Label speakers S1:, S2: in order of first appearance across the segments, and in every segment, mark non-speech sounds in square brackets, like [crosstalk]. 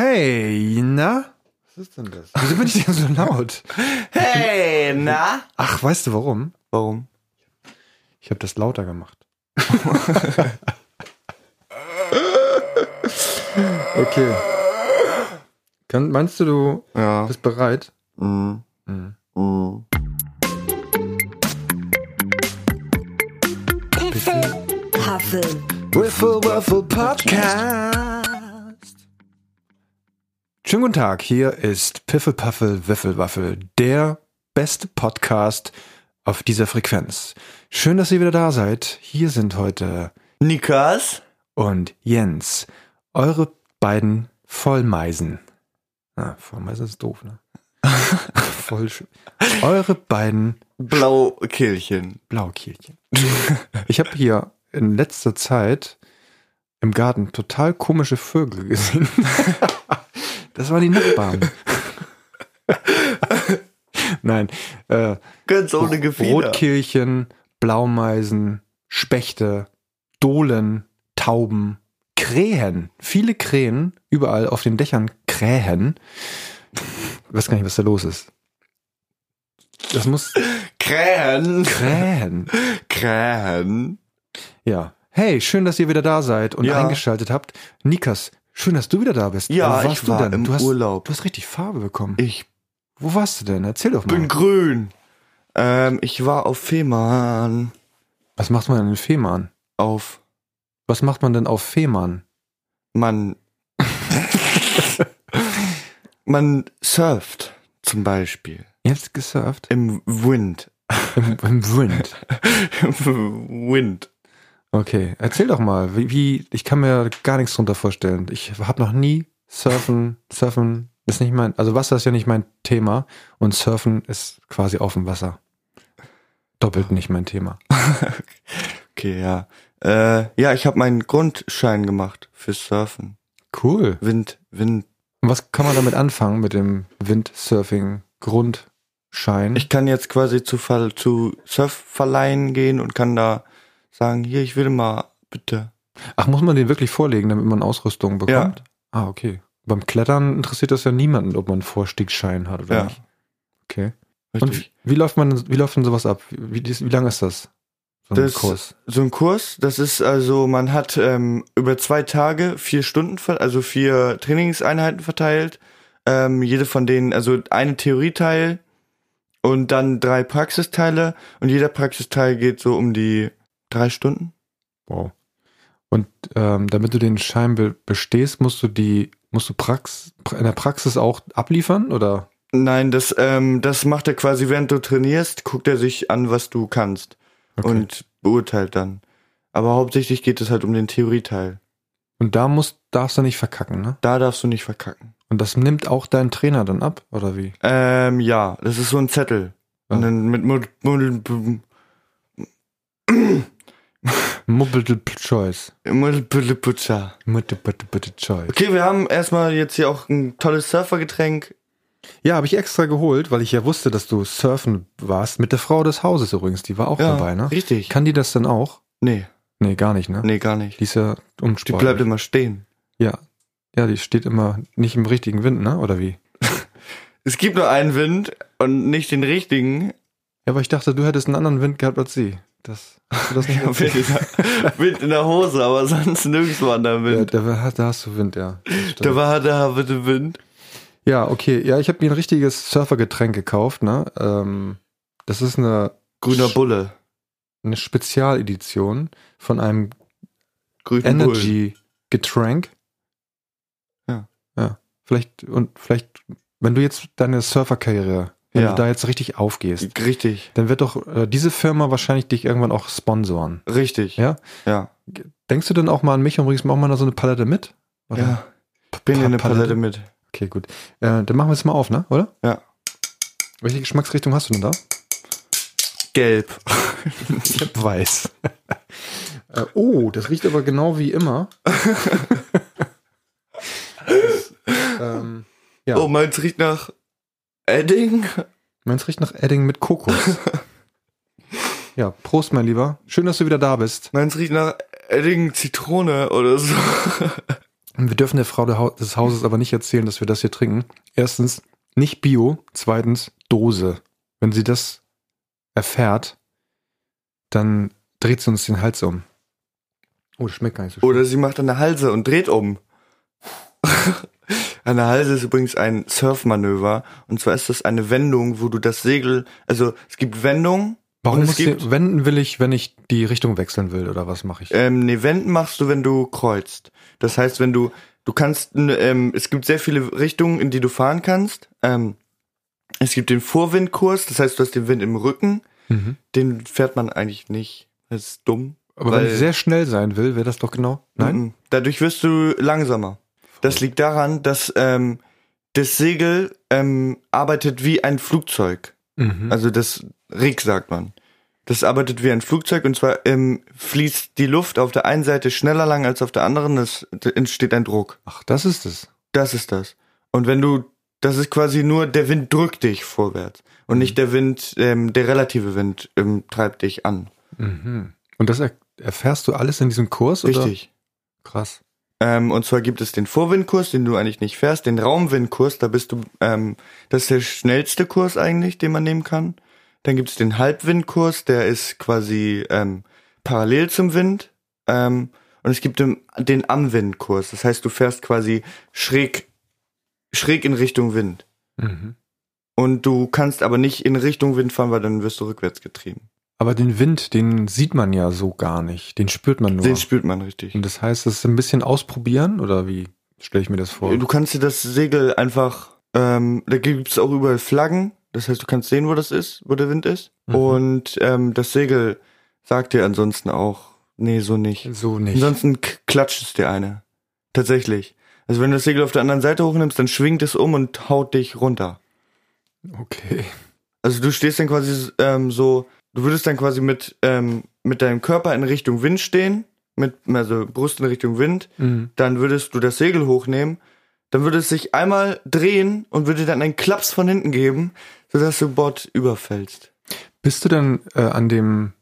S1: Hey, na?
S2: Was ist denn das?
S1: Wieso bin ich denn so laut?
S3: Hey, na?
S1: Ach, weißt du warum?
S3: Warum?
S1: Ich habe das lauter gemacht. [laughs] okay. Kann, meinst du, du
S3: Ja.
S1: bist bereit?
S3: Mhm.
S1: Mhm.
S3: Mhm.
S4: Piffel, Paffel.
S1: Wiffle Waffle Podcast. Schönen guten Tag, hier ist Piffel Paffel Wiffel Waffel, der beste Podcast auf dieser Frequenz. Schön, dass ihr wieder da seid. Hier sind heute
S3: Nikas?
S1: und Jens, eure beiden Vollmeisen. Ah, Vollmeisen ist doof, ne? Voll schön. Eure beiden
S3: Blaukehlchen.
S1: Blaukehlchen. Ich habe hier in letzter Zeit im Garten total komische Vögel gesehen. Das waren die Nachbarn. Nein, äh,
S3: Ganz ohne Gefieder.
S1: Rotkehlchen, Blaumeisen, Spechte, Dohlen, Tauben, Krähen. Viele Krähen, überall auf den Dächern Krähen. Ich weiß gar nicht, was da los ist. Das muss
S3: Krähen.
S1: Krähen.
S3: Krähen.
S1: Ja. Hey, schön, dass ihr wieder da seid und
S3: Ja.
S1: eingeschaltet habt. Nikas, schön, dass du wieder da bist. Äh,
S3: Ja,
S1: Wo warst
S3: ich
S1: du
S3: war
S1: denn?
S3: im
S1: du hast,
S3: Urlaub.
S1: Du hast richtig Farbe bekommen.
S3: Ich
S1: Wo warst du denn? Erzähl doch mal.
S3: bin grün. Ähm, ich war auf Fehmarn.
S1: was macht man denn in Fehmarn?
S3: Auf
S1: Was macht man denn auf Fehmarn?
S3: [laughs] man. man surft zum Beispiel
S1: Jetzt gesurft?
S3: im Wind. [laughs]
S1: Im, im Wind.
S3: Im Wind.
S1: Okay, erzähl doch mal, wie, wie ich kann mir gar nichts drunter vorstellen. Ich habe noch nie surfen, surfen ist nicht mein, also Wasser ist ja nicht mein Thema und surfen ist quasi auf dem Wasser. Doppelt nicht mein Thema.
S3: Okay, ja. Äh, ja, ich habe meinen Grundschein gemacht fürs Surfen.
S1: Cool.
S3: Wind, Wind.
S1: Und was kann man damit anfangen mit dem Windsurfing Grundschein?
S3: Ich kann jetzt quasi zu, Ver- zu Surfverleihen gehen und kann da sagen, hier, ich will mal, bitte.
S1: Ach, muss man den wirklich vorlegen, damit man Ausrüstung bekommt? Ah, okay. Beim Klettern interessiert das ja niemanden, ob man einen Vorstiegsschein hat oder
S3: Ja.
S1: nicht. Okay. Und wie,
S3: Richtig.
S1: wie läuft man, wie läuft denn sowas ab? Wie, wie, wie lang ist das? So ein
S3: Das-
S1: Kurs.
S3: so ein Kurs, das ist also, man hat ähm, über zwei Tage vier Stunden, ver- also vier Trainingseinheiten verteilt. Ähm, jede von denen, also eine Theorieteil und dann drei Praxisteile. Und jeder Praxisteil geht so um die drei Stunden.
S1: Wow. Und ähm, damit du den Schein be bestehst, musst du die, musst du Prax pra- in der Praxis auch abliefern oder?
S3: Nein, das, ähm, das macht er quasi, während du trainierst, guckt er sich an, was du kannst
S1: Okay.
S3: und beurteilt dann. Aber hauptsächlich geht es halt um den Theorieteil.
S1: Und da musst, darfst du nicht verkacken, ne?
S3: Da darfst du nicht verkacken.
S1: Und das nimmt auch dein Trainer dann ab, oder wie?
S3: Ähm, ja, das ist so ein Zettel. Und
S1: Ja.
S3: dann mit Mod Mod
S1: Multiple Choice.
S3: Multiple Putzer.
S1: Multiple bitte Choice.
S3: Okay, wir haben erstmal jetzt hier auch ein tolles Surfergetränk.
S1: Ja, habe ich extra geholt, weil ich ja wusste, dass du surfen warst. Mit der Frau des Hauses übrigens, die war auch
S3: Ja,
S1: dabei, ne?
S3: richtig.
S1: Kann die das dann auch?
S3: nee,
S1: Nee, gar nicht, ne?
S3: nee, gar nicht.
S1: Die ist ja
S3: Die bleibt
S1: umsportlich.
S3: immer stehen.
S1: Ja. Ja, die steht immer nicht im richtigen Wind, ne? Oder wie?
S3: Es gibt nur einen Wind und nicht den richtigen. [laughs]
S1: Ja, aber ich dachte, du hättest einen anderen Wind gehabt als sie. Das, hast du
S3: [laughs]
S1: das nicht
S3: Wind
S1: erzählt?
S3: in der- Wind in der Hose, aber sonst nirgendwo an der Wind.
S1: ja, da, war- da hast du Wind, ja. Das stimmt.
S3: Da war der Havete Wind.
S1: Ja, okay. Ja, ich habe mir ein richtiges Surfergetränk gekauft, ne? Ähm, das ist eine,
S3: Grüner Bulle.
S1: eine Spezialedition von einem
S3: Grüner
S1: Energy Getränk.
S3: Ja.
S1: Ja. Vielleicht, und vielleicht, wenn du jetzt deine Surferkarriere, wenn
S3: Ja.
S1: du da jetzt richtig aufgehst,
S3: Bull. Richtig,
S1: dann wird doch äh, diese Firma wahrscheinlich dich irgendwann auch sponsoren.
S3: richtig.
S1: Ja?
S3: Ja.
S1: Denkst du denn auch mal an mich und bringst mir auch mal da so eine Palette mit? Oder?
S3: ja. Bin in
S1: Pa-
S3: eine Palette
S1: Palette?
S3: mit.
S1: Okay, gut. Äh, dann machen wir es mal auf, ne? Oder?
S3: Ja.
S1: Welche Geschmacksrichtung hast du denn da?
S3: Gelb.
S1: Ich hab weiß. [laughs] äh, oh, das riecht aber genau wie [laughs] immer. das, ähm, ja.
S3: Oh, meins riecht nach Edding.
S1: Meins riecht nach Edding mit [laughs] Kokos. ja, Prost, mein Lieber. Schön, dass du wieder da bist.
S3: Meins riecht nach Edding Zitrone oder so.
S1: Wir dürfen der Frau der Hau- des Hauses aber nicht erzählen, dass wir das hier trinken. Erstens nicht Bio, zweitens Dose. Wenn sie das erfährt, dann dreht sie uns den Hals um. Oh, das schmeckt gar nicht so
S3: [laughs] Oder sie macht an der Halse und dreht [laughs] um. an der Halse ist übrigens ein Surfmanöver. Und zwar ist das eine Wendung, wo du das Segel, also es gibt Wendungen.
S1: Warum
S3: und es
S1: muss ich
S3: gibt-
S1: wenden will ich, wenn ich die Richtung wechseln will oder was mache ich?
S3: Ähm, nee, Wenden machst du, wenn du kreuzt. Das heißt, wenn du, du kannst, n- ähm, es gibt sehr viele Richtungen, in die du fahren kannst. Ähm, es gibt den Vorwindkurs, das heißt, du hast den Wind im Rücken.
S1: Mhm.
S3: Den fährt man eigentlich nicht. Das ist dumm.
S1: Aber wenn
S3: weil-
S1: ich sehr schnell sein will, wäre das doch genau. Nein?
S3: Mhm. Dadurch wirst du langsamer. Das liegt daran, dass ähm, das Segel ähm, arbeitet wie ein Flugzeug.
S1: Mhm.
S3: Also das Rig sagt man. Das arbeitet wie ein Flugzeug und zwar ähm, fließt die Luft auf der einen Seite schneller lang als auf der anderen. Es entsteht ein Druck.
S1: Ach, das ist es.
S3: Das ist das. Und wenn du, das ist quasi nur der Wind drückt dich vorwärts und nicht der Wind, ähm, der relative Wind ähm, treibt dich an.
S1: Mhm. Und das er erfährst du alles in diesem Kurs? Oder?
S3: Richtig.
S1: Krass.
S3: Ähm, und zwar gibt es den Vorwindkurs, den du eigentlich nicht fährst, den Raumwindkurs, da bist du, ähm, das ist der schnellste Kurs eigentlich, den man nehmen kann. Dann gibt es den Halbwindkurs, der ist quasi ähm, parallel zum Wind. Ähm, und es gibt den, den Amwindkurs, das heißt, du fährst quasi schräg, schräg in Richtung Wind.
S1: Mhm.
S3: Und du kannst aber nicht in Richtung Wind fahren, weil dann wirst du rückwärts getrieben.
S1: Aber den Wind, den sieht man ja so gar nicht. Den spürt man nur.
S3: Den spürt man richtig.
S1: Und das heißt, das ist ein bisschen ausprobieren oder wie stelle ich mir das vor?
S3: Du kannst dir das Segel einfach, ähm, da gibt's auch überall Flaggen. Das heißt, du kannst sehen, wo das ist, wo der Wind ist.
S1: Mhm.
S3: Und ähm, das Segel sagt dir ansonsten auch, nee, so nicht.
S1: so nicht.
S3: Ansonsten k- klatscht es dir eine. Tatsächlich. Also wenn du das Segel auf der anderen Seite hochnimmst, dann schwingt es um und haut dich runter.
S1: okay.
S3: Also du stehst dann quasi ähm, so, du würdest dann quasi mit, ähm, mit deinem Körper in Richtung Wind stehen, mit, also Brust in Richtung Wind
S1: Mhm.
S3: dann würdest du das Segel hochnehmen, dann würde es sich einmal drehen und würde dann einen Klaps von hinten geben, sodass du Bord überfällst.
S1: Bist du dann äh, an dem,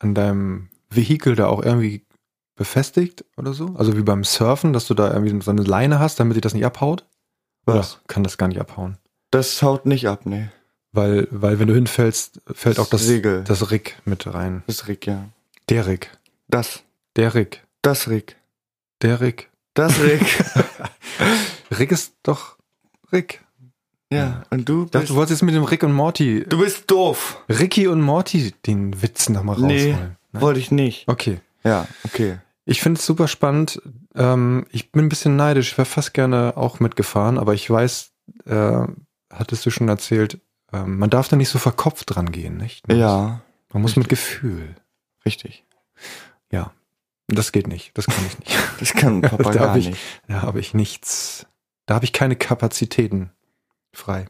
S1: an deinem Vehikel da auch irgendwie befestigt oder so? Also wie beim Surfen, dass du da irgendwie so eine Leine hast, damit sie das nicht abhaut? Oder kann das gar nicht abhauen?
S3: Das haut nicht ab, nee.
S1: Weil, weil wenn du hinfällst, fällt auch das,
S3: Segel.
S1: das Rick mit rein.
S3: Das Rig, ja.
S1: Der Rick.
S3: Das.
S1: Der Rick.
S3: Das Rig.
S1: Der Rick. [laughs]
S3: Das Rig.
S1: Rick ist doch Rick.
S3: ja. Und du
S1: Ich dachte,
S3: bist.
S1: du wolltest jetzt mit dem Rick und Morty,
S3: Du bist doof.
S1: Ricky und Morty den Witz nochmal
S3: Nee.
S1: rausholen. Nein?
S3: Wollte ich nicht.
S1: Okay.
S3: Ja, okay.
S1: Ich finde es super spannend. Ähm, ich bin ein bisschen neidisch. Ich wäre fast gerne auch mitgefahren, aber ich weiß, äh, hattest du schon erzählt, ähm, man darf da nicht so verkopft dran gehen, nicht? Man Muss,
S3: Ja,
S1: man muss mit Gefühl.
S3: richtig.
S1: Ja. Das geht nicht. Das kann ich nicht. [laughs]
S3: Das kann Papa
S1: Darf
S3: gar
S1: ich-
S3: nicht.
S1: Da habe ich nichts. Da habe ich keine Kapazitäten frei.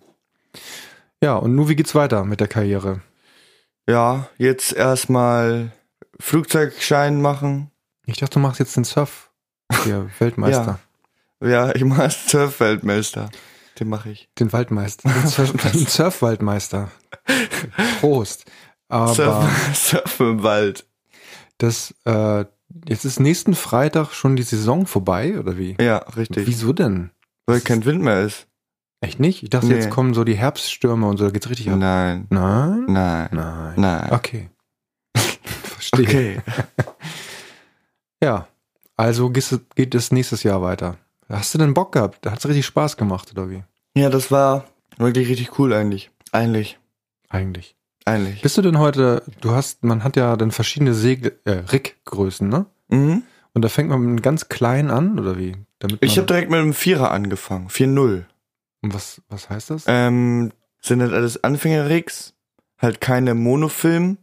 S1: Ja, und nun, wie geht's weiter mit der Karriere?
S3: Ja, jetzt erstmal Flugzeugschein machen.
S1: Ich dachte, du machst jetzt den Surf. Hier, Weltmeister.
S3: [laughs] Ja. Ja, ich mache Surfweltmeister. Den mache ich.
S1: Den Waldmeister. Den
S3: [laughs]
S1: Surf- den Surf-Waldmeister. Prost. Aber
S3: [laughs] Surfen, surfen im Wald.
S1: das, äh, jetzt ist nächsten Freitag schon die Saison vorbei, oder wie?
S3: Ja, richtig.
S1: Wieso denn?
S3: Weil kein Wind mehr ist.
S1: Echt nicht? Ich dachte, jetzt
S3: Nee.
S1: kommen so die Herbststürme und so, da geht's richtig ab.
S3: Nein,
S1: Nein?
S3: nein,
S1: Nein.
S3: nein.
S1: Okay. [laughs] Verstehe. Ja, also gehst du- geht es nächstes Jahr weiter. Hast du denn Bock gehabt? Hat es richtig Spaß gemacht oder wie?
S3: Ja, das war wirklich richtig cool eigentlich. Eigentlich,
S1: Eigentlich.
S3: eigentlich.
S1: Bist du denn heute, du hast, man hat ja dann verschiedene Segel, äh, Rickgrößen, ne?
S3: Mhm.
S1: Und da fängt man mit einem ganz kleinen an oder wie? Damit
S3: Ich habe
S1: man,
S3: direkt mit einem Vierer angefangen, 4-0.
S1: Und was, was heißt das?
S3: Ähm, sind halt alles Anfängerrigs, halt keine Monofilm.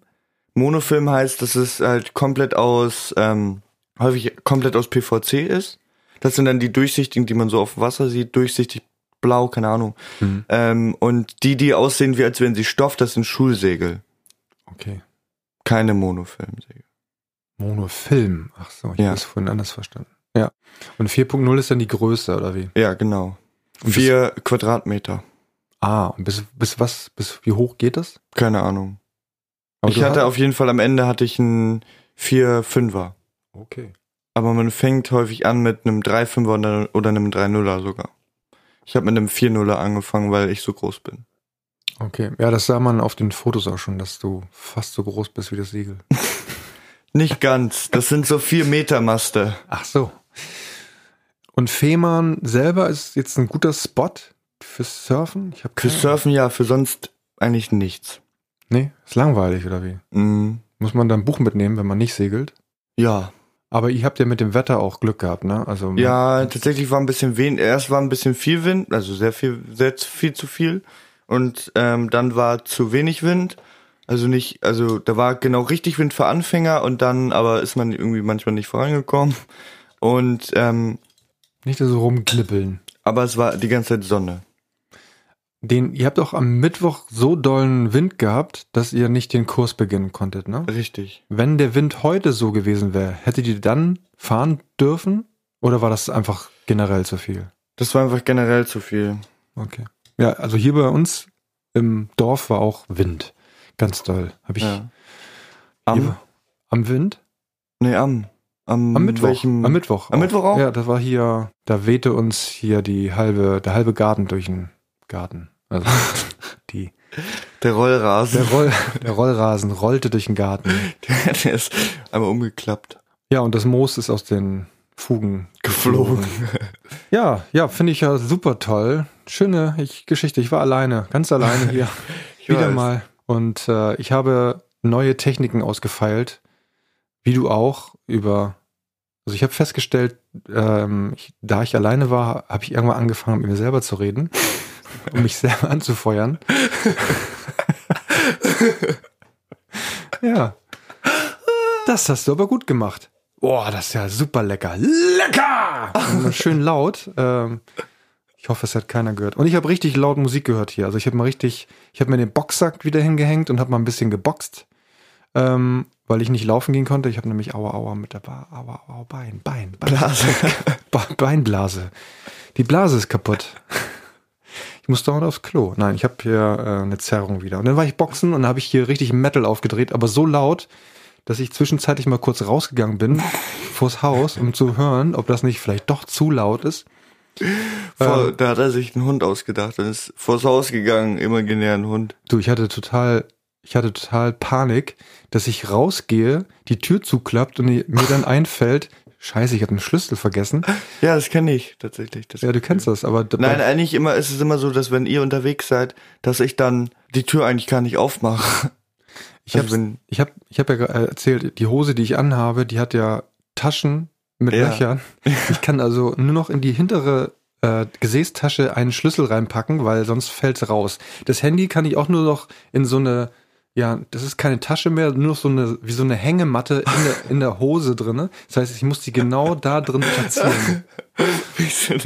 S3: Monofilm heißt, dass es halt komplett aus, ähm, häufig komplett aus PVC ist. Das sind dann die durchsichtigen, die man so auf dem Wasser sieht, durchsichtig blau, keine Ahnung.
S1: Mhm.
S3: Ähm, und die, die aussehen, wie als wären sie Stoff, das sind Schulsegel.
S1: Okay.
S3: Keine Monofilmsegel.
S1: Monofilm. Ach so, ich
S3: Ja.
S1: habe es vorhin anders verstanden. Ja. Und 4.0 ist dann die Größe oder wie?
S3: Ja, genau.
S1: Und
S3: Vier Quadratmeter.
S1: Ah, und bis, bis was, bis wie hoch geht das?
S3: Keine Ahnung.
S1: Aber
S3: ich
S1: du
S3: hatte
S1: hast-
S3: auf jeden Fall am Ende hatte ich einen vier Fünfer.
S1: Okay.
S3: aber man fängt häufig an mit einem 3,5er oder- oder einem 3,0er sogar. Ich habe mit einem 4,0er angefangen, weil ich so groß bin.
S1: Okay. Ja, das sah man auf den Fotos auch schon, dass du fast so groß bist wie das Siegel.
S3: Nicht ganz. Das sind so 4 Meter Maste.
S1: Ach so. Und Fehmarn selber ist jetzt ein guter Spot fürs Surfen? Ich habe
S3: Für Surfen ja, für sonst eigentlich nichts.
S1: Nee, ist langweilig oder wie?
S3: Mhm.
S1: Muss man dann ein Buch mitnehmen, wenn man nicht segelt?
S3: Ja.
S1: Aber ihr habt ja mit dem Wetter auch Glück gehabt, ne? Also
S3: Ja, tatsächlich war ein bisschen Wind. Erst war ein bisschen viel Wind, also sehr viel, sehr zu- viel zu viel. Und ähm, dann war zu wenig Wind. Also nicht, also da war genau richtig Wind für Anfänger und dann aber ist man irgendwie manchmal nicht vorangekommen. Und ähm,
S1: nicht so rumglippeln.
S3: aber es war die ganze Zeit Sonne.
S1: Den, ihr habt auch am Mittwoch so dollen Wind gehabt, dass ihr nicht den Kurs beginnen konntet, ne?
S3: Richtig.
S1: Wenn der Wind heute so gewesen wäre, hättet ihr dann fahren dürfen? Oder war das einfach generell zu viel?
S3: Das war einfach generell zu viel.
S1: Okay. Ja, also hier bei uns im Dorf war auch Wind. Ganz doll. Hab ich
S3: Ja. Am,
S1: Hier, am Wind?
S3: nee, am. Am,
S1: Am Mittwoch.
S3: welchem-
S1: am Mittwoch.
S3: am Mittwoch auch?
S1: Ja, das war hier, da wehte uns hier die halbe, der halbe Garten durch den Garten. Also [laughs] die,
S3: Der Rollrasen.
S1: der, Roll, der Rollrasen rollte durch den Garten.
S3: Der, [laughs] der ist einmal umgeklappt.
S1: Ja, und das Moos ist aus den Fugen
S3: Geflogen. [laughs]
S1: Ja, ja, finde ich ja super toll. Schöne ich, Geschichte. Ich war alleine, ganz alleine hier.
S3: [laughs] Ich
S1: Wieder
S3: weiß.
S1: mal. Und äh, ich habe neue Techniken ausgefeilt, wie du auch, über. Also ich habe festgestellt, ähm, ich, da ich alleine war, habe ich irgendwann angefangen, mit mir selber zu
S3: [laughs]
S1: reden, um mich selber anzufeuern. ja. Das hast du aber gut gemacht. Boah, das ist ja super lecker. Lecker! Und Schön laut. Ähm, ich hoffe, es hat keiner gehört. Und ich habe richtig laut Musik gehört hier. Also ich habe mal richtig, ich habe mir den Boxsack wieder hingehängt und habe mal ein bisschen geboxt, ähm, weil ich nicht laufen gehen konnte. Ich habe nämlich Aua, Aua mit der Ba- Aua, Aua, Bein, Bein, Bein
S3: Blase.
S1: Ba- Beinblase. Die Blase ist kaputt. Ich muss dauernd aufs Klo. Nein, ich habe hier äh, eine Zerrung wieder. Und dann war ich boxen und dann habe ich hier richtig Metal aufgedreht, aber so laut, dass ich zwischenzeitlich mal kurz rausgegangen bin [laughs] vors Haus, um zu hören, ob das nicht vielleicht doch zu laut ist.
S3: Vor,
S1: Ähm.
S3: da hat er sich einen Hund ausgedacht und ist vors Haus gegangen, imaginären Hund.
S1: Du, ich hatte total, ich hatte total Panik, dass ich rausgehe, die Tür zuklappt und mir dann einfällt, scheiße, ich habe einen Schlüssel vergessen.
S3: Ja, das kenne ich tatsächlich. Das
S1: Ja, du kennst das, aber dabei-
S3: Nein, eigentlich immer ist es immer so, dass wenn ihr unterwegs seid, dass ich dann die Tür eigentlich gar nicht aufmache. [laughs]
S1: ich habe
S3: also wenn-
S1: ich hab, ich hab ja ge- äh, erzählt, die Hose, die ich anhabe, die hat ja Taschen mit
S3: Ja.
S1: Löchern. Ich kann also nur noch in die hintere äh, Gesäßtasche einen Schlüssel reinpacken, weil sonst fällt's raus. Das Handy kann ich auch nur noch in so eine, ja, das ist keine Tasche mehr, nur noch so eine, wie so eine Hängematte in der, in der Hose drinne. Das heißt, ich muss die genau da drin platzieren.
S3: Wie so eine,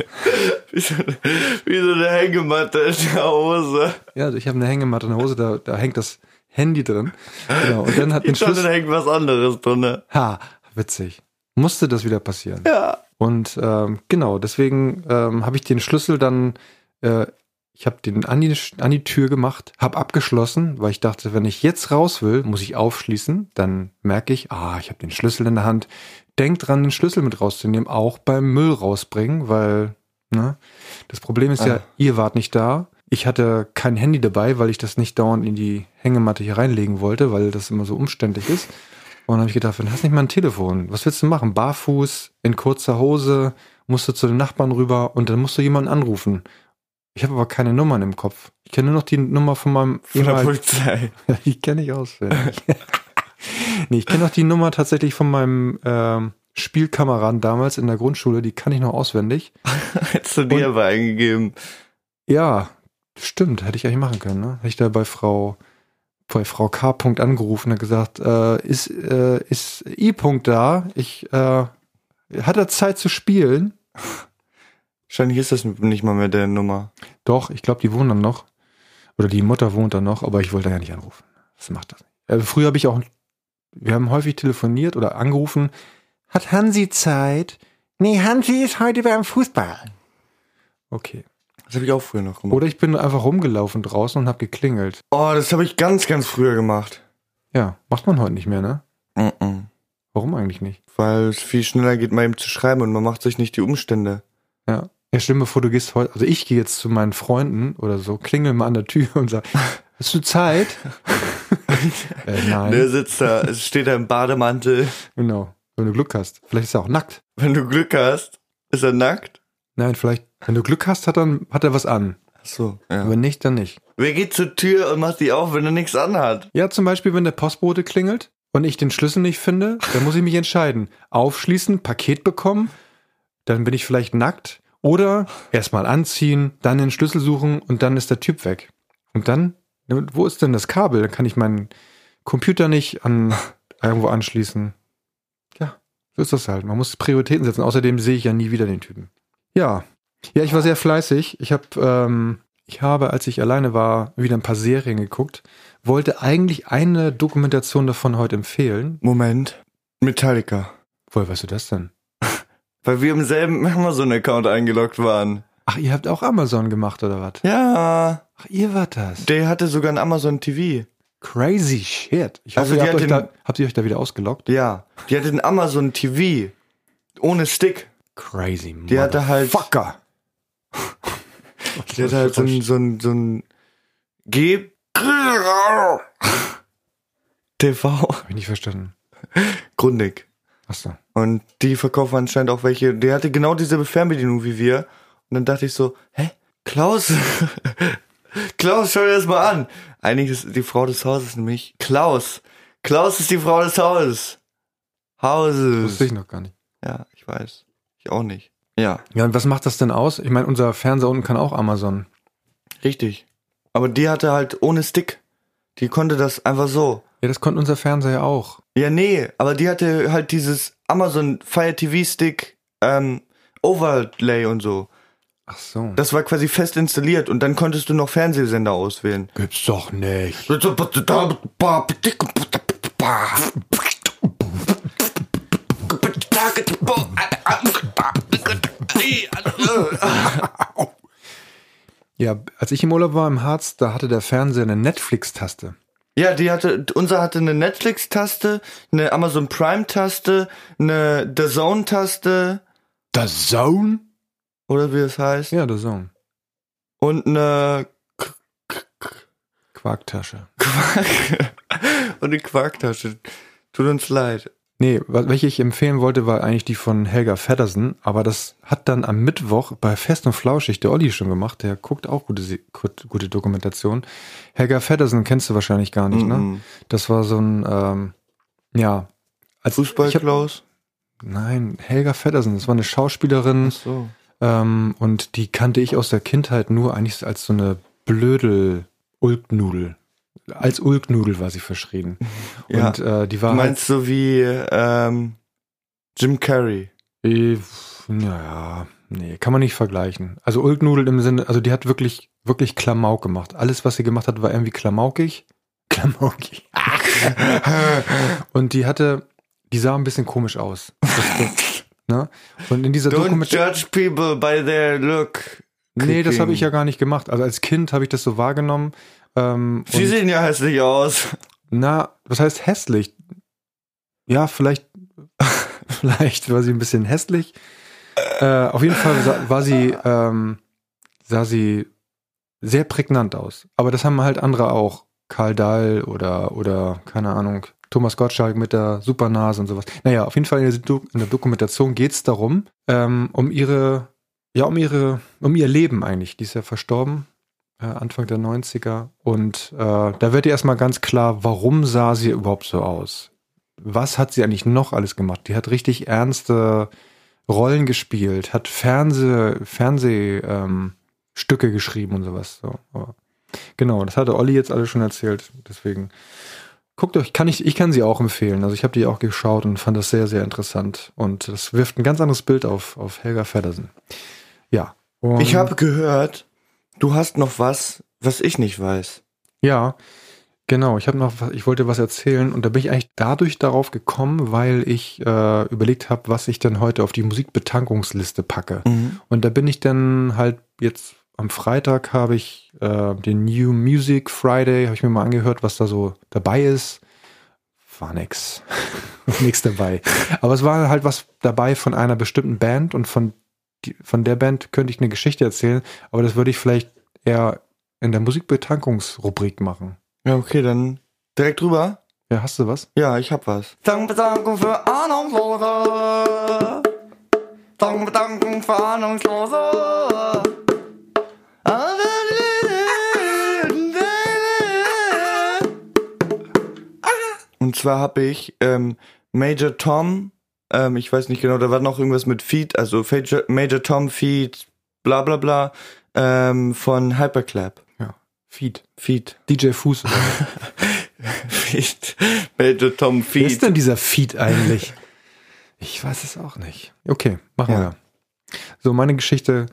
S3: wie so eine, wie so eine Hängematte in der Hose.
S1: Ja, also ich habe eine Hängematte in der Hose, da, da hängt das Handy drin. Genau. Und dann hat den
S3: Ich dachte, da
S1: Schlüssel.
S3: hängt was anderes ne? drinne.
S1: Ha, witzig. Musste das wieder passieren.
S3: Ja.
S1: Und ähm, genau, deswegen ähm, habe ich den Schlüssel dann, äh, ich habe den an die, an die Tür gemacht, habe abgeschlossen, weil ich dachte, wenn ich jetzt raus will, muss ich aufschließen. Dann merke ich, ah, ich habe den Schlüssel in der Hand. Denk dran, den Schlüssel mit rauszunehmen, auch beim Müll rausbringen, weil ne, das Problem ist ja,
S3: Ah.
S1: ihr wart nicht da. Ich hatte kein Handy dabei, weil ich das nicht dauernd in die Hängematte hier reinlegen wollte, weil das immer so umständlich ist. Und dann habe ich gedacht, wenn du hast nicht mal ein Telefon, was willst du machen? Barfuß, in kurzer Hose, musst du zu den Nachbarn rüber und dann musst du jemanden anrufen. Ich habe aber keine Nummern im Kopf. Ich kenne nur noch die Nummer von meinem
S3: Von der
S1: ehemaligen-
S3: Polizei.
S1: die kenne [laughs] ich auswendig. nee, ich kenne noch die Nummer tatsächlich von meinem ähm, Spielkameraden damals in der Grundschule, die kann ich noch auswendig.
S3: Hättest du dir aber eingegeben.
S1: Ja, stimmt, hätte ich eigentlich machen können. Ne? Hätte ich da bei Frau, bei Frau K. Punkt angerufen und gesagt, äh, ist, äh, ist I. Punkt da? Ich, äh, hat er Zeit zu spielen?
S3: Wahrscheinlich ist das nicht mal mehr der Nummer.
S1: Doch, ich glaube, die wohnen dann noch. Oder die Mutter wohnt dann noch, aber ich wollte ja nicht anrufen. Das macht das. nicht. Also früher habe ich auch, wir haben häufig telefoniert oder angerufen. Hat Hansi Zeit? Nee, Hansi ist heute beim Fußball. Okay.
S3: Das habe ich auch früher noch gemacht.
S1: Oder ich bin einfach rumgelaufen draußen und habe geklingelt.
S3: Oh, das habe ich ganz, ganz früher gemacht.
S1: Ja, macht man heute nicht mehr, ne?
S3: Mm -mm.
S1: Warum eigentlich nicht?
S3: weil es viel schneller geht, mal eben zu schreiben und man macht sich nicht die Umstände.
S1: Ja. Ja, stell dir mal vor, du gehst heute, also ich gehe jetzt zu meinen Freunden oder so, klingel mal an der Tür und sag, hast du Zeit? äh, nein.
S3: Der sitzt da, es steht da im Bademantel.
S1: Genau. Wenn du Glück hast. Vielleicht ist er auch nackt.
S3: Wenn du Glück hast, ist er nackt.
S1: Nein, vielleicht, wenn du Glück hast, hat, dann, hat er was an.
S3: Ach so, ja.
S1: Wenn nicht, dann nicht.
S3: Wer geht zur Tür und macht die auf, wenn er nichts anhat?
S1: Ja, zum Beispiel, wenn der Postbote klingelt und ich den Schlüssel nicht finde, dann muss ich mich entscheiden. Aufschließen, Paket bekommen, dann bin ich vielleicht nackt. Oder erstmal anziehen, dann den Schlüssel suchen und dann ist der Typ weg. Und dann, ja, wo ist denn das Kabel? Dann kann ich meinen Computer nicht an irgendwo anschließen. Ja, so ist das halt. Man muss Prioritäten setzen. Außerdem sehe ich ja nie wieder den Typen. Ja. Ja, ich war sehr fleißig. Ich habe, ähm, ich habe, als ich alleine war, wieder ein paar Serien geguckt wollte eigentlich eine Dokumentation davon heute empfehlen.
S3: Moment. Metallica.
S1: Woher weißt du das denn?
S3: Weil wir im selben Amazon-Account eingeloggt waren.
S1: Ach, ihr habt auch Amazon gemacht oder was?
S3: Ja.
S1: Ach, ihr wart das.
S3: Der hatte sogar ein Amazon TV.
S1: Crazy shit. Ich hoffe,
S3: Also die
S1: ihr habt,
S3: hat
S1: euch
S3: den-
S1: da, habt ihr euch da wieder ausgelockt?
S3: Ja. Die hatte ein Amazon TV. Ohne Stick.
S1: Crazy, Mann.
S3: Die hatte halt- [laughs]
S1: Fucker.
S3: Die hatte halt so ein, so ein, so ein G. [laughs] TV.
S1: Hab ich nicht verstanden.
S3: Grundig.
S1: Achso.
S3: Und die verkaufen anscheinend auch welche. Der hatte genau dieselbe Fernbedienung wie wir. Und dann dachte ich so, hä? Klaus? [laughs] Klaus, schau dir das mal an. Eigentlich ist die Frau des Hauses nämlich Klaus. Klaus ist die Frau des Hauses. Hauses.
S1: Wusste ich noch gar nicht.
S3: Ja, ich weiß. Ich auch nicht. Ja,
S1: Ja, und was macht das denn aus? Ich meine, unser Fernseher unten kann auch Amazon.
S3: richtig. Aber die hatte halt ohne Stick. Die konnte das einfach so.
S1: Ja, das konnte unser Fernseher ja auch.
S3: Ja, nee, aber die hatte halt dieses Amazon Fire TV Stick ähm, Overlay und so.
S1: Ach so.
S3: Das war quasi fest installiert und dann konntest du noch Fernsehsender auswählen.
S1: gibt's doch nicht. Ja, als ich im Urlaub war im Harz, da hatte der Fernseher eine Netflix-Taste.
S3: Ja, die hatte, unser hatte eine Netflix-Taste, eine Amazon Prime-Taste, eine The Zone-Taste,
S1: The Zone?
S3: oder wie es heißt,
S1: Ja, The Zone.
S3: und eine, [laughs]
S1: Quarktasche.
S3: Quark und eine Quarktasche. Tut uns leid.
S1: Nee, wa- welche ich empfehlen wollte, war eigentlich die von Helga Feddersen, aber das hat dann am Mittwoch bei Fest und Flauschig der Olli schon gemacht, der guckt auch gute, Se- gut- gute Dokumentation. Helga Feddersen kennst du wahrscheinlich gar nicht, ne?
S3: Mhm.
S1: Das war so ein, ähm, ja. Als
S3: Fußball,
S1: ich hab-
S3: Klaus?
S1: Nein, Helga Feddersen, das war eine Schauspielerin
S3: So.
S1: ähm, und die kannte ich aus der Kindheit nur eigentlich als so eine blödel Ulknudel. Als Ulknudel war sie verschrien.
S3: Ja.
S1: Und äh, die
S3: Du
S1: war halt-
S3: meinst so wie, ähm, Jim Carrey.
S1: Äh, pf, Naja, nee, kann man nicht vergleichen. Also Ulknudel im Sinne, also die hat wirklich, wirklich Klamauk gemacht. Alles, was sie gemacht hat, war irgendwie klamaukig. [laughs] Klamaukig. Und die hatte, die sah ein bisschen komisch aus.
S3: [laughs]
S1: Das- ne? Und in dieser
S3: Don't
S1: Dokumentation.
S3: judge people by their look.
S1: Nee, das habe ich ja
S3: Kicking.
S1: gar nicht gemacht. Also als Kind habe ich das so wahrgenommen. Ähm,
S3: Sie
S1: und-
S3: sehen ja hässlich aus.
S1: Na, was heißt hässlich? Ja, vielleicht, [laughs] vielleicht war sie ein bisschen hässlich. Äh, auf jeden Fall sa- war sie, ähm, sah sie sehr prägnant aus. Aber das haben halt andere auch. Karl Dahl oder, oder, keine Ahnung, Thomas Gottschalk mit der Supernase und sowas. Naja, auf jeden Fall in der, Do in der Dokumentation geht's darum, ähm, um ihre, ja, um ihre, um ihr Leben eigentlich. Die ist ja verstorben äh, Anfang der 90er. Und äh, da wird ihr erstmal ganz klar, warum sah sie überhaupt so aus? Was hat sie eigentlich noch alles gemacht? Die hat richtig ernste Rollen gespielt, hat Fernseh, Fernseh, ähm, Stücke geschrieben und sowas. So. Aber Genau, das hatte Olli jetzt alles schon erzählt. Deswegen guckt euch, kann ich, ich kann sie auch empfehlen. Also ich habe die auch geschaut und fand das sehr, sehr interessant. Und das wirft ein ganz anderes Bild auf, auf Helga Feddersen. Ja. Und-
S3: Ich habe gehört, du hast noch was, was ich nicht weiß.
S1: Ja, genau. Ich habe noch, was- ich wollte was erzählen und da bin ich eigentlich dadurch darauf gekommen, weil ich äh, überlegt habe, was ich denn heute auf die Musikbetankungsliste packe. Und da bin ich dann halt jetzt am Freitag habe ich äh, den New Music Friday, habe ich mir mal angehört, was da so dabei ist, war nix. [laughs] nix dabei. Aber es war halt was dabei von einer bestimmten Band und von, die, von der Band könnte ich eine Geschichte erzählen, aber das würde ich vielleicht eher in der Musikbetankungsrubrik machen.
S3: Ja, okay, dann direkt rüber.
S1: Ja, hast du was?
S3: Ja, ich hab was. Dankbedankung für Ahnungslose. Dankbedankung für Ahnungslose. Und zwar habe ich ähm, Major Tom, ähm, ich weiß nicht genau, da war noch irgendwas mit Feed, also Major, Major Tom Feed, bla bla bla, ähm, von Hyperclap.
S1: Ja. Feed.
S3: Feed.
S1: DJ Fuß.
S3: [laughs] Feed. Major Tom
S1: Wer ist
S3: Feed.
S1: denn dieser Feed eigentlich? [laughs] Ich weiß es auch nicht. Okay, machen
S3: Ja.
S1: wir. So, meine Geschichte,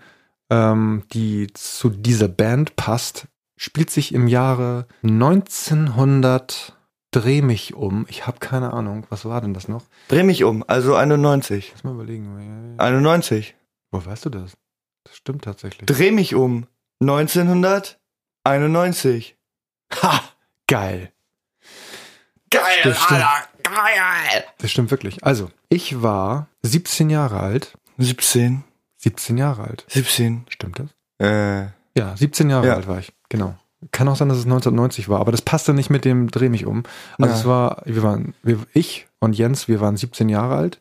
S1: ähm, die zu dieser Band passt, spielt sich im Jahre 1900. Dreh mich um. Ich habe keine Ahnung. Was war denn das noch?
S3: Dreh mich um, also 91.
S1: Lass mal überlegen.
S3: 91.
S1: Wo weißt du das? Das stimmt tatsächlich.
S3: Dreh mich um. 1991.
S1: Ha! Geil.
S3: Geil,
S1: Das stimmt.
S3: Geil.
S1: Das stimmt wirklich. Also, ich war 17 Jahre alt.
S3: 17.
S1: 17 Jahre alt.
S3: 17.
S1: Stimmt das?
S3: Äh,
S1: Ja, 17 Jahre
S3: Ja.
S1: alt war ich. Genau. Kann auch sein, dass es 1990 war, aber das passte nicht mit dem Dreh mich um. Also
S3: Ja.
S1: es war, wir waren, wir, ich und Jens, wir waren 17 Jahre alt.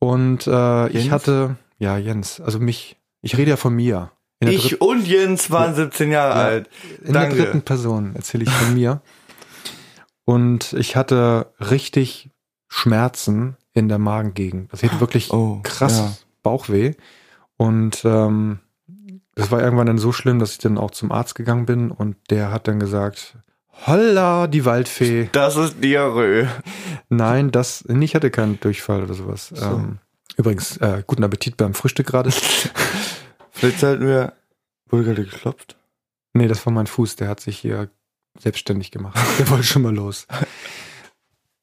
S1: Und äh, ich
S3: Jens?
S1: hatte, ja, Jens, also mich, ich rede ja von mir. In der,
S3: ich und Jens waren 17 Jahre
S1: Ja.
S3: alt.
S1: dritten- in der
S3: Danke.
S1: dritten Person erzähle ich von mir. Und ich hatte richtig Schmerzen in der Magengegend. Das hätte wirklich
S3: Oh,
S1: krass
S3: ja.
S1: Bauchweh. Und ähm, das war irgendwann dann so schlimm, dass ich dann auch zum Arzt gegangen bin und der hat dann gesagt, holla, die Waldfee.
S3: Das ist Diarrhoe.
S1: Nein, das, nee, ich hatte keinen Durchfall oder sowas. Ähm, übrigens, äh, guten Appetit beim Frühstück gerade.
S3: Vielleicht sollten wir. Wurde gerade geklopft?
S1: nee, das war mein Fuß, der hat sich hier selbstständig gemacht. [laughs] Der wollte schon mal
S3: [laughs]
S1: los.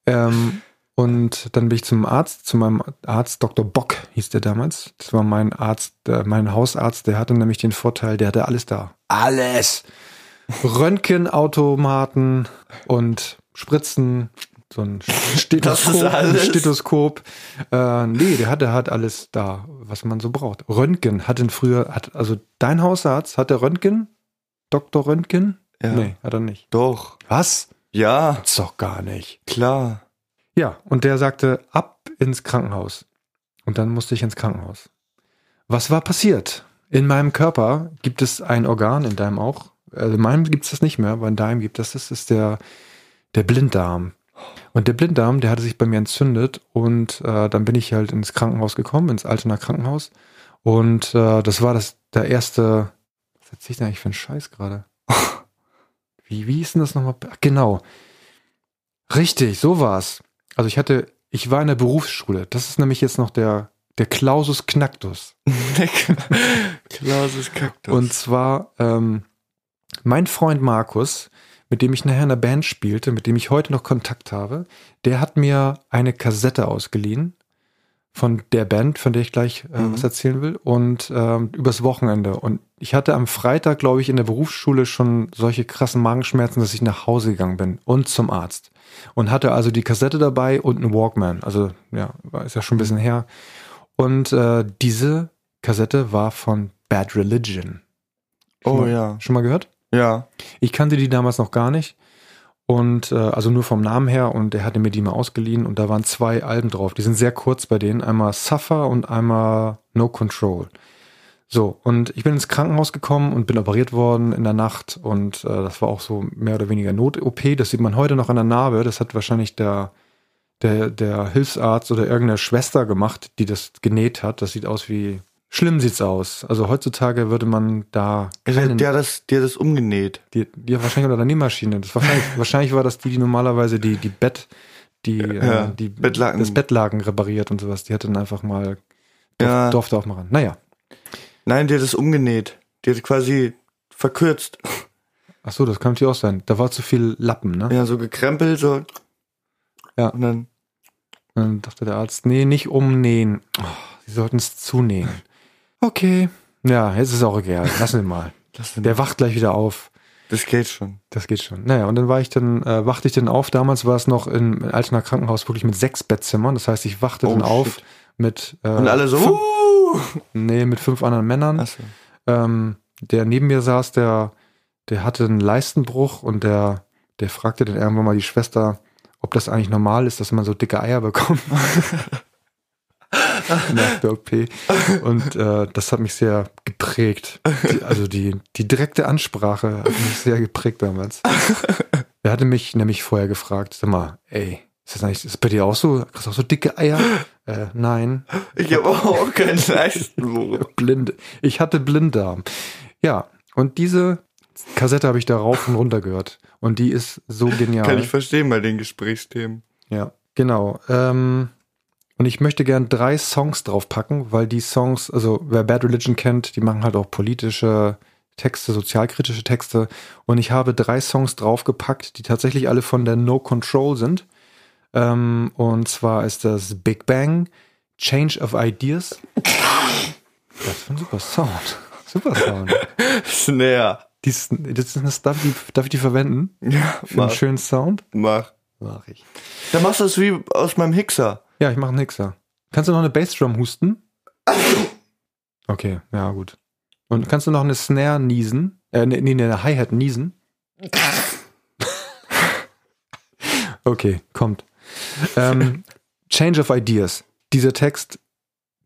S1: ähm, und dann bin ich zum Arzt, zu meinem Arzt Dr. Bock hieß der damals. Das war mein Arzt, äh, mein Hausarzt, der hatte nämlich den Vorteil, der hatte alles da. Alles! Röntgenautomaten und Spritzen, so
S3: [laughs]
S1: ein
S3: Das
S1: Stethoskop,
S3: ist alles?
S1: ein Stethoskop. Äh, nee, der hatte halt alles da, was man so braucht. Röntgen hat denn früher, hat, also dein Hausarzt, hat der Röntgen? Dr. Röntgen?
S3: Ja.
S1: Nee, hat er nicht.
S3: Doch.
S1: Was?
S3: Ja,
S1: Hat's doch gar nicht.
S3: klar.
S1: Ja, und der sagte, ab ins Krankenhaus. Und dann musste ich ins Krankenhaus. Was war passiert? In meinem Körper gibt es ein Organ, in deinem auch. Also in meinem gibt es das nicht mehr, aber in deinem gibt es das. Das ist der, der Blinddarm. Und der Blinddarm, der hatte sich bei mir entzündet. Und äh, dann bin ich halt ins Krankenhaus gekommen, ins Altener Krankenhaus. Und äh, das war das, der erste. Was erzähl ich denn eigentlich für einen Scheiß gerade? Wie, wie ist denn das nochmal? Ach, Genau. Richtig, so war's. Also ich hatte, ich war in der Berufsschule. Das ist nämlich jetzt noch der, der Clausus Knactus.
S3: Klaus ist Kaktus.
S1: Und zwar ähm, mein Freund Markus, mit dem ich nachher in der Band spielte, mit dem ich heute noch Kontakt habe, der hat mir eine Kassette ausgeliehen von der Band, von der ich gleich äh,
S3: Mhm.
S1: was erzählen will, und ähm, übers Wochenende. Und ich hatte am Freitag, glaube ich, in der Berufsschule schon solche krassen Magenschmerzen, dass ich nach Hause gegangen bin und zum Arzt. Und hatte also die Kassette dabei und einen Walkman. Also ja, war- ist ja schon ein bisschen her. Und äh, diese Kassette war von Bad Religion.
S3: oh
S1: mal-
S3: ja.
S1: Schon mal gehört?
S3: Ja.
S1: Ich kannte die damals noch gar nicht. Und äh, also nur vom Namen her und er hatte mir die mal ausgeliehen und da waren zwei Alben drauf. Die sind sehr kurz bei denen. Einmal Suffer und einmal No Control. So, und ich bin ins Krankenhaus gekommen und bin operiert worden in der Nacht und äh, das war auch so mehr oder weniger Not-OP. Das sieht man heute noch an der Narbe. Das hat wahrscheinlich der, der, der Hilfsarzt oder irgendeine Schwester gemacht, die das genäht hat. Das sieht aus wie. Schlimm sieht's aus. Also heutzutage würde man da.
S3: Der,
S1: keinen-
S3: der, hat das, der hat das umgenäht.
S1: die, ja, wahrscheinlich oder eine Nähmaschine. Das
S3: [laughs]
S1: wahrscheinlich, wahrscheinlich war das die, die normalerweise die, die Bett, die,
S3: Ja,
S1: äh, die
S3: Bettlaken.
S1: das Bettlaken repariert und sowas. Die hat dann einfach mal durf,
S3: Ja.
S1: durfte auch mal ran. Naja,
S3: Nein, der hat das umgenäht. Der hat quasi verkürzt.
S1: ach so, das kann natürlich auch sein. Da war zu viel Lappen, ne?
S3: Ja, so gekrempelt, so.
S1: Ja.
S3: Und dann.
S1: Und dann dachte der Arzt, nee, nicht umnähen. Oh, Sie sollten es
S3: [laughs]
S1: zunähen. Okay. Ja, jetzt ist auch egal. Lassen wir mal.
S3: [laughs] Das
S1: Der wacht gleich wieder auf.
S3: Das geht schon.
S1: Das geht schon. Naja, und dann war ich dann, äh, wachte ich dann auf. Damals war es noch in, in Altena Krankenhaus wirklich mit sechs Bettzimmern. Das heißt, ich wachte
S3: Oh,
S1: dann auf
S3: shit.
S1: mit, äh,
S3: Und alle so,
S1: fünf,
S3: uh!
S1: nee, mit fünf anderen Männern.
S3: Achso.
S1: Ähm, der neben mir saß, der, der hatte einen Leistenbruch und der, der fragte dann irgendwann mal die Schwester, ob das eigentlich normal ist, dass man so dicke Eier bekommt. [laughs] Nach der OP. Und äh, das hat mich sehr geprägt. Die, also die, die direkte Ansprache hat mich sehr geprägt damals. Er hatte mich nämlich vorher gefragt, sag mal, ey, ist das eigentlich, ist das bei dir auch so? Kriegst du auch so dicke Eier? Äh, nein.
S3: Ich habe auch keinen [laughs] Leistenbruch.
S1: Blind. Ich hatte Blinddarm. Ja, und diese Kassette habe ich da rauf und runter gehört. Und die ist so genial.
S3: Kann ich verstehen bei den Gesprächsthemen.
S1: ja, genau. Ähm, und ich möchte gern drei Songs draufpacken, weil die Songs, also wer Bad Religion kennt, die machen halt auch politische Texte, sozialkritische Texte. Und ich habe drei Songs draufgepackt, die tatsächlich alle von der No Control sind. Ähm, und zwar ist das Big Bang, Change of Ideas. Das ist ein super Sound. Super Sound.
S3: Snare.
S1: Die ist, das ist eine, darf, ich, die- darf ich die verwenden?
S3: Ja,
S1: Für einen
S3: mach.
S1: schönen Sound?
S3: mach.
S1: Mach ich.
S3: Dann machst du das wie aus meinem Hixer.
S1: Ja, ich mache einen Hixer. Kannst du noch eine Bassdrum husten? Okay, ja, gut. Und kannst du noch eine Snare niesen? Äh, nee, nee, eine Hi-Hat niesen? okay, kommt. Ähm, Change of Ideas. Dieser Text,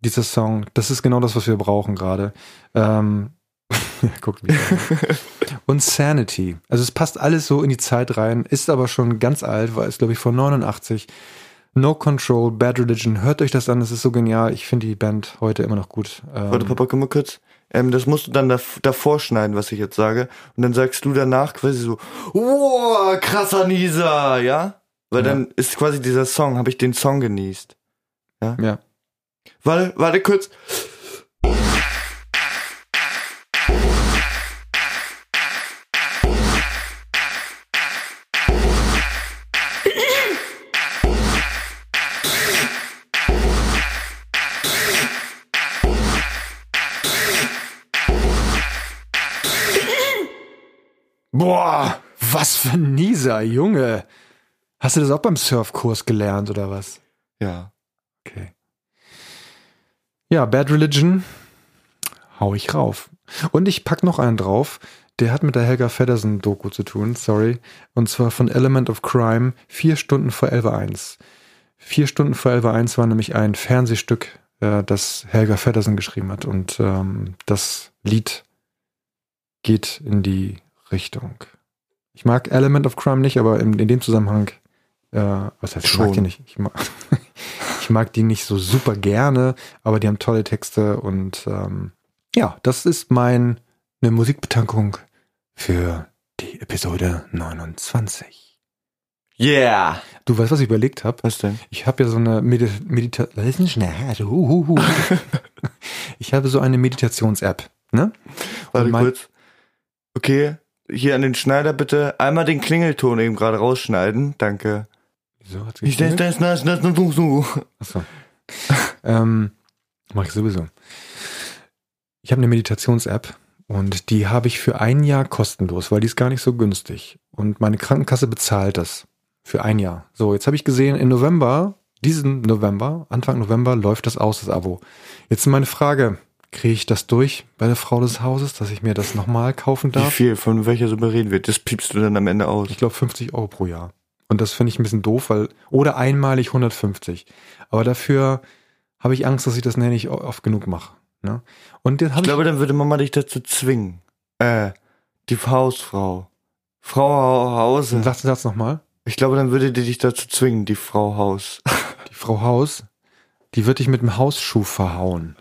S1: dieser Song, das ist genau das, was wir brauchen gerade. Ähm, [laughs] guck mich an. Und Sanity. Also es passt alles so in die Zeit rein, ist aber schon ganz alt, war es, glaube ich, von 89. No Control, Bad Religion. Hört euch das an, es ist so genial. Ich finde die Band heute immer noch gut. Ähm,
S3: Warte, Papa, komm mal kurz. Ähm, das musst du dann dav davor schneiden, was ich jetzt sage. Und dann sagst du danach quasi so, wow, krasser Nieser, ja? Weil
S1: Ja.
S3: dann ist quasi dieser Song, habe ich den Song genießt.
S1: ja.
S3: Warte, warte kurz.
S1: Boah, was für ein Nieser, Junge. Hast du das auch beim Surfkurs gelernt oder was?
S3: Ja.
S1: Okay. Ja, Bad Religion hau ich rauf. Und ich pack noch einen drauf. Der hat mit der Helga Feddersen Doku zu tun, sorry. Und zwar von Element of Crime, vier Stunden vor 11.01. Vier Stunden vor 11.01 war nämlich ein Fernsehstück, äh, das Helga Feddersen geschrieben hat. Und ähm, das Lied geht in die Richtung. Ich mag Element of Crime nicht, aber in, in dem Zusammenhang, äh, was heißt, ich mag
S3: Schon.
S1: die nicht. Ich mag, [laughs] ich mag die nicht so super gerne, aber die haben tolle Texte und ähm, ja, das ist meine Musikbetankung für die Episode 29.
S3: Yeah.
S1: Du weißt, was ich überlegt habe?
S3: Was denn?
S1: Ich habe ja so eine Medi Medita Das also, ist nicht schnell. Huhuhu. Ich habe so eine Meditations-App. Ne?
S3: Warte
S1: Und mein-
S3: kurz. Okay, hier an den Schneider bitte einmal den Klingelton eben gerade rausschneiden. Danke.
S1: Wieso hat's
S3: Ich das,
S1: geklingelt?
S3: das, das, das, das, das, das.
S1: Achso. ähm, Mache ich sowieso. Ich habe eine Meditations-App und die habe ich für ein Jahr kostenlos, weil die ist gar nicht so günstig. Und meine Krankenkasse bezahlt das für ein Jahr. So, jetzt habe ich gesehen, im November, diesen November, Anfang November, läuft das aus, das Abo. Jetzt meine Frage, kriege ich das durch bei der Frau des Hauses, dass ich mir das nochmal kaufen
S3: Wie
S1: darf?
S3: viel, von welcher Summe reden wir? Das piepst du dann am Ende aus.
S1: Ich glaube 50 Euro pro Jahr. Und das finde ich ein bisschen doof, weil, oder einmalig 150. Aber dafür habe ich Angst, dass ich das nachher nicht o- oft genug mache. Ne? Und jetzt
S3: Ich
S1: habe ich,
S3: glaube, dann würde Mama dich dazu zwingen. Äh, die Hausfrau. Frau Hau- Hause.
S1: sag den Satz nochmal,
S3: Ich glaube, dann würde die dich dazu zwingen, die Frau Haus.
S1: die Frau Haus, die wird dich mit dem Hausschuh
S3: [laughs]
S1: verhauen.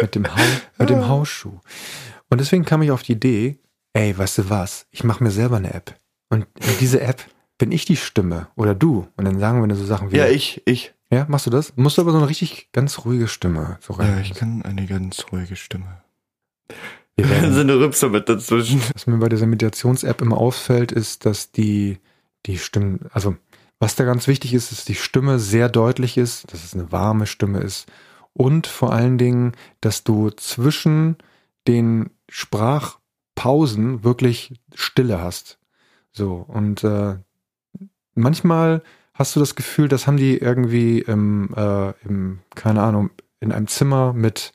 S1: mit, dem Hau, mit dem Hausschuh. Und deswegen kam ich auf die Idee, ey, weißt du was, ich mache mir selber eine App. Und in diese App bin ich die Stimme oder du. Und dann sagen wir so Sachen wie,
S3: Ja, ich, ich.
S1: ja, machst du das? Musst du aber so eine richtig ganz ruhige Stimme. So rein.
S3: Ja, Äh, ich kann eine ganz ruhige [laughs] Stimme.
S1: Wir
S3: [laughs]
S1: werden-
S3: eine Rübser mit dazwischen.
S1: Was mir bei dieser Meditations-App immer auffällt, ist, dass die, die Stimmen, also was da ganz wichtig ist, ist, dass die Stimme sehr deutlich ist, dass es eine warme Stimme ist und vor allen Dingen, dass du zwischen den Sprachpausen Pausen wirklich Stille hast. So, und äh, manchmal hast du das Gefühl, das haben die irgendwie im, äh, im, keine Ahnung, in einem Zimmer mit,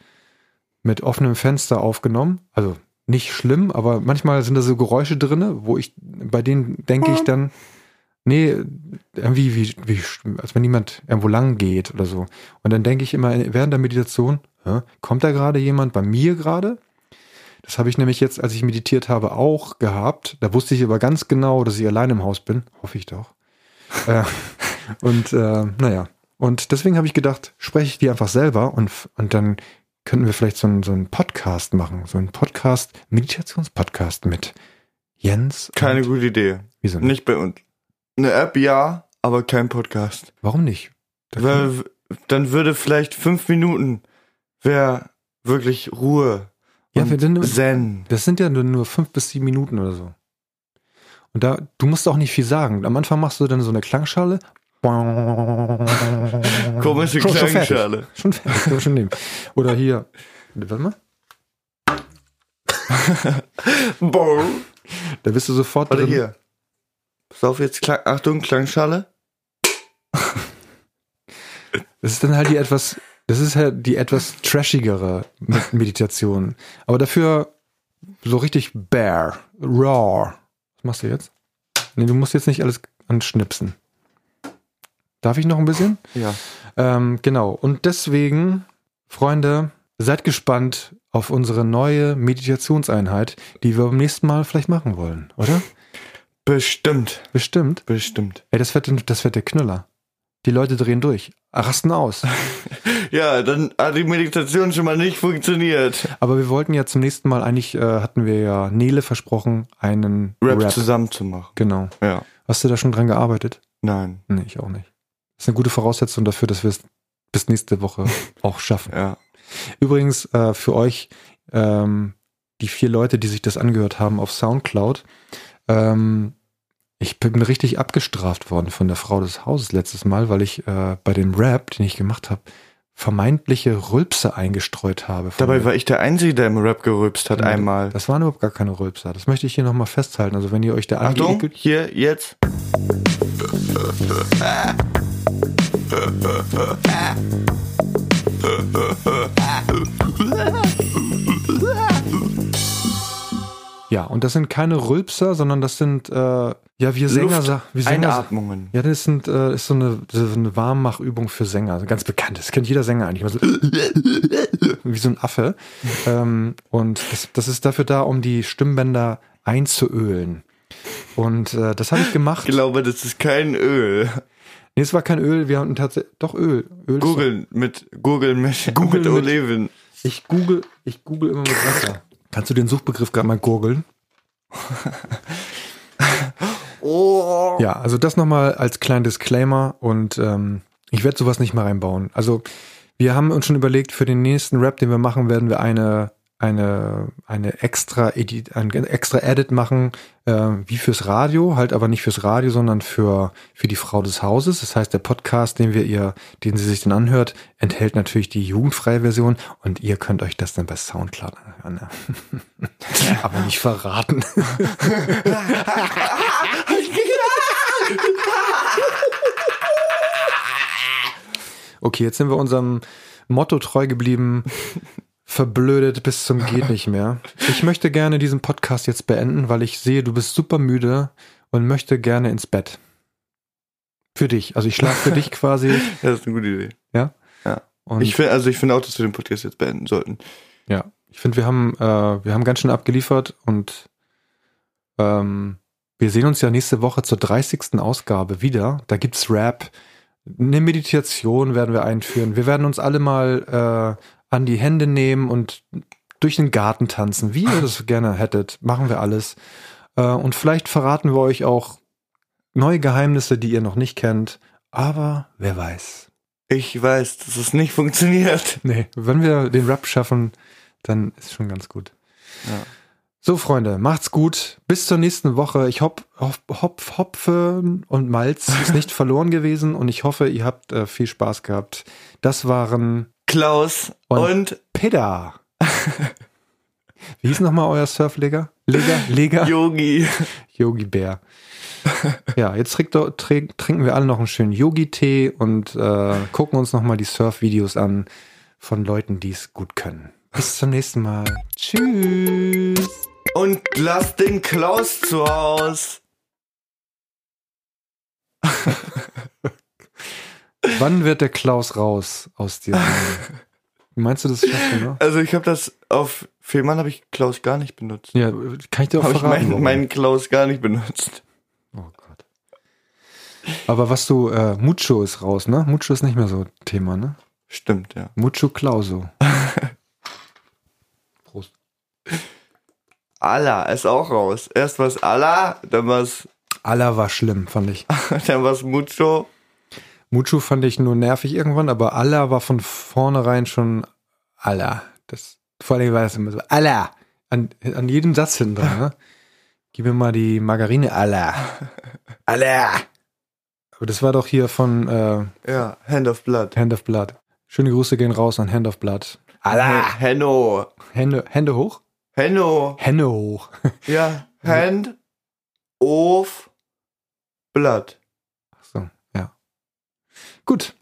S1: mit offenem Fenster aufgenommen. Also nicht schlimm, aber manchmal sind da so Geräusche drinne, wo ich, bei denen denke ich dann, nee, irgendwie wie, wie, als wenn jemand irgendwo lang geht oder so. Und dann denke ich immer während der Meditation, hä, kommt da gerade jemand bei mir gerade? Das habe ich nämlich jetzt, als ich meditiert habe, auch gehabt. Da wusste ich aber ganz genau, dass ich allein im Haus bin. Hoffe ich
S3: [laughs]
S1: doch. äh, und äh, naja. Und deswegen habe ich gedacht, spreche ich die einfach selber und, f- und dann könnten wir vielleicht so einen, so einen Podcast machen. So einen Podcast, Meditationspodcast mit Jens.
S3: Keine
S1: und,
S3: gute Idee.
S1: wieso nicht?
S3: Nicht bei uns. Eine App ja, aber kein Podcast.
S1: Warum nicht? Da kann-
S3: Weil, w- dann würde vielleicht fünf Minuten wäre wirklich Ruhe
S1: Ja,
S3: und
S1: wir sind-
S3: Zen.
S1: Das sind ja nur, nur fünf bis sieben Minuten oder so. Und da, du musst auch nicht viel sagen. Am Anfang machst du dann so eine
S3: [laughs]
S1: Klangschale.
S3: Komische
S1: Schon- schon fertig.
S3: Klangschale.
S1: Schon fertig, können wir schon nehmen. Oder hier. Warte mal.
S3: Boah.
S1: Da bist du sofort
S3: Warte
S1: drin.
S3: hier. Pass auf jetzt, Klang, Achtung, Klangschale.
S1: Das ist dann halt die etwas, das ist halt die etwas trashigere Med- Meditation. Aber dafür so richtig bare, raw. Was machst du jetzt? Nee, du musst jetzt nicht alles anschnipsen. Darf ich noch ein bisschen?
S3: Ja.
S1: Ähm, genau. Und deswegen, Freunde, seid gespannt auf unsere neue Meditationseinheit, die wir beim nächsten Mal vielleicht machen wollen, oder?
S3: Bestimmt.
S1: Bestimmt.
S3: Bestimmt.
S1: Ey, das wird, das wird der Knüller. Die Leute drehen durch, rasten aus.
S3: Ja, dann hat die Meditation schon mal nicht funktioniert.
S1: Aber wir wollten ja zum nächsten Mal eigentlich, äh, hatten wir ja Nele versprochen, einen Rap.
S3: Rap, zusammen zu machen.
S1: Genau.
S3: Ja.
S1: Hast du da schon dran gearbeitet?
S3: Nein.
S1: Nee, ich auch nicht. Das ist eine gute Voraussetzung dafür, dass wir es bis nächste
S3: [laughs]
S1: Woche auch schaffen.
S3: Ja.
S1: Übrigens äh, für euch, ähm, die vier Leute, die sich das angehört haben auf Soundcloud, ähm, ich bin richtig abgestraft worden von der Frau des Hauses letztes Mal, weil ich äh, bei dem Rap, den ich gemacht habe, vermeintliche Rülpse eingestreut habe. von
S3: Dabei
S1: mir.
S3: war ich der Einzige, der im Rap gerülpst hat
S1: Nee,
S3: einmal.
S1: Das waren überhaupt gar keine Rülpser. Das möchte ich hier nochmal festhalten. Also wenn ihr euch da
S3: Achtung,
S1: angeekelt...
S3: hier, jetzt.
S1: Ja, und das sind keine Rülpser, sondern das sind, äh, ja, wir Sänger...
S3: Luft-
S1: sa- wir Sänger
S3: Einatmungen.
S1: ja, das sind, äh, ist so eine, so eine Warmmachübung für Sänger. Also ganz bekannt. Das kennt jeder Sänger eigentlich. Immer so, [laughs] wie so ein Affe. ähm, und das, das ist dafür da, um die Stimmbänder einzuölen. Und äh, das habe ich gemacht.
S3: Ich glaube, das ist kein Öl.
S1: Nee, es war kein Öl. Wir hatten tatsächlich... Doch, Öl. Öl ist-
S3: Googeln mit Googeln mit,
S1: Googeln
S3: mit
S1: mit-
S3: Oliven.
S1: Ich google, ich google immer mit Wasser. Kannst du den Suchbegriff gerade mal gurgeln?
S3: Oh.
S1: Ja, also das nochmal als kleinen Disclaimer und ähm, ich werde sowas nicht mal reinbauen. Also wir haben uns schon überlegt, für den nächsten Rap, den wir machen, werden wir eine eine eine extra Edit, ein extra Edit machen, äh, wie fürs Radio, halt aber nicht fürs Radio, sondern für für die Frau des Hauses. Das heißt, der Podcast, den wir ihr, den sie sich dann anhört, enthält natürlich die jugendfreie Version und ihr könnt euch das dann bei SoundCloud anhören. ne? [laughs] aber nicht verraten. Okay, jetzt sind wir unserem Motto treu geblieben. Verblödet bis zum geht nicht mehr. Ich möchte gerne diesen Podcast jetzt beenden, weil ich sehe, du bist super müde und möchte gerne ins Bett. Für dich. Also ich schlafe für dich quasi.
S3: Das ist eine gute Idee.
S1: Und
S3: ich finde, also ich finde auch, dass wir den Podcast jetzt beenden sollten.
S1: ja, ich finde, wir haben äh, wir haben ganz schön abgeliefert und ähm, wir sehen uns ja nächste Woche zur 30. Ausgabe wieder. Da gibt's Rap. Eine Meditation werden wir einführen. Wir werden uns alle mal äh, an die Hände nehmen und durch den Garten tanzen, wie ihr das gerne hättet. Machen wir alles. Äh, und vielleicht verraten wir euch auch neue Geheimnisse, die ihr noch nicht kennt. Aber wer weiß.
S3: Ich weiß, dass es nicht funktioniert.
S1: Nee, wenn wir den Rap schaffen, dann ist schon ganz gut.
S3: Ja.
S1: So, Freunde, macht's gut. Bis zur nächsten Woche. Ich hopp, hopp, hopp, Hopfen und Malz ist nicht verloren gewesen und ich hoffe, ihr habt äh, viel Spaß gehabt. Das waren
S3: Klaus
S1: Und-
S3: und
S1: Pidda. Wie hieß nochmal euer Surfleger? Lega, [laughs] Lega,
S3: [laughs] Yogi.
S1: Yogi Bär. Ja, jetzt trinkt, doch- trink, trinken wir alle noch einen schönen Yogi-Tee und äh, gucken uns nochmal die Surf-Videos an von Leuten, die es gut können. Bis zum nächsten Mal. Tschüss.
S3: Und lass den Klaus zu Haus.
S1: Wann wird der Klaus raus aus dir? Meinst du, das schaffst du, ne?
S3: Also ich habe das auf Fehmarn habe ich Klaus gar nicht benutzt.
S1: Ja, kann ich dir auch
S3: Habe ich
S1: verraten.
S3: meinen
S1: warum.
S3: meinen Klaus gar nicht benutzt.
S1: oh Gott. Aber was du, äh, Mucho ist raus, ne? Mucho ist nicht mehr so Thema, ne?
S3: Stimmt, ja.
S1: Mucho Klauso. Prost.
S3: Allah ist auch raus. Erst was Allah, dann was
S1: Aller war schlimm, fand ich.
S3: [laughs] dann was Mucho.
S1: Mucho fand ich nur nervig irgendwann, aber Aller war von vornherein schon Aller. Das, vor allem war das immer so Aller. An, an jedem Satz hinten dran. Ne? Gib mir mal die Margarine Aller. Aller. Aber das war doch hier von äh,
S3: Ja, Hand of Blood.
S1: Hand of Blood. Schöne Grüße gehen raus an Hand of Blood. Aller.
S3: He- Henno.
S1: Hände, Hände hoch?
S3: Henno.
S1: Hände hoch.
S3: Ja, Hand of Blood.
S1: Ach so, ja. Gut.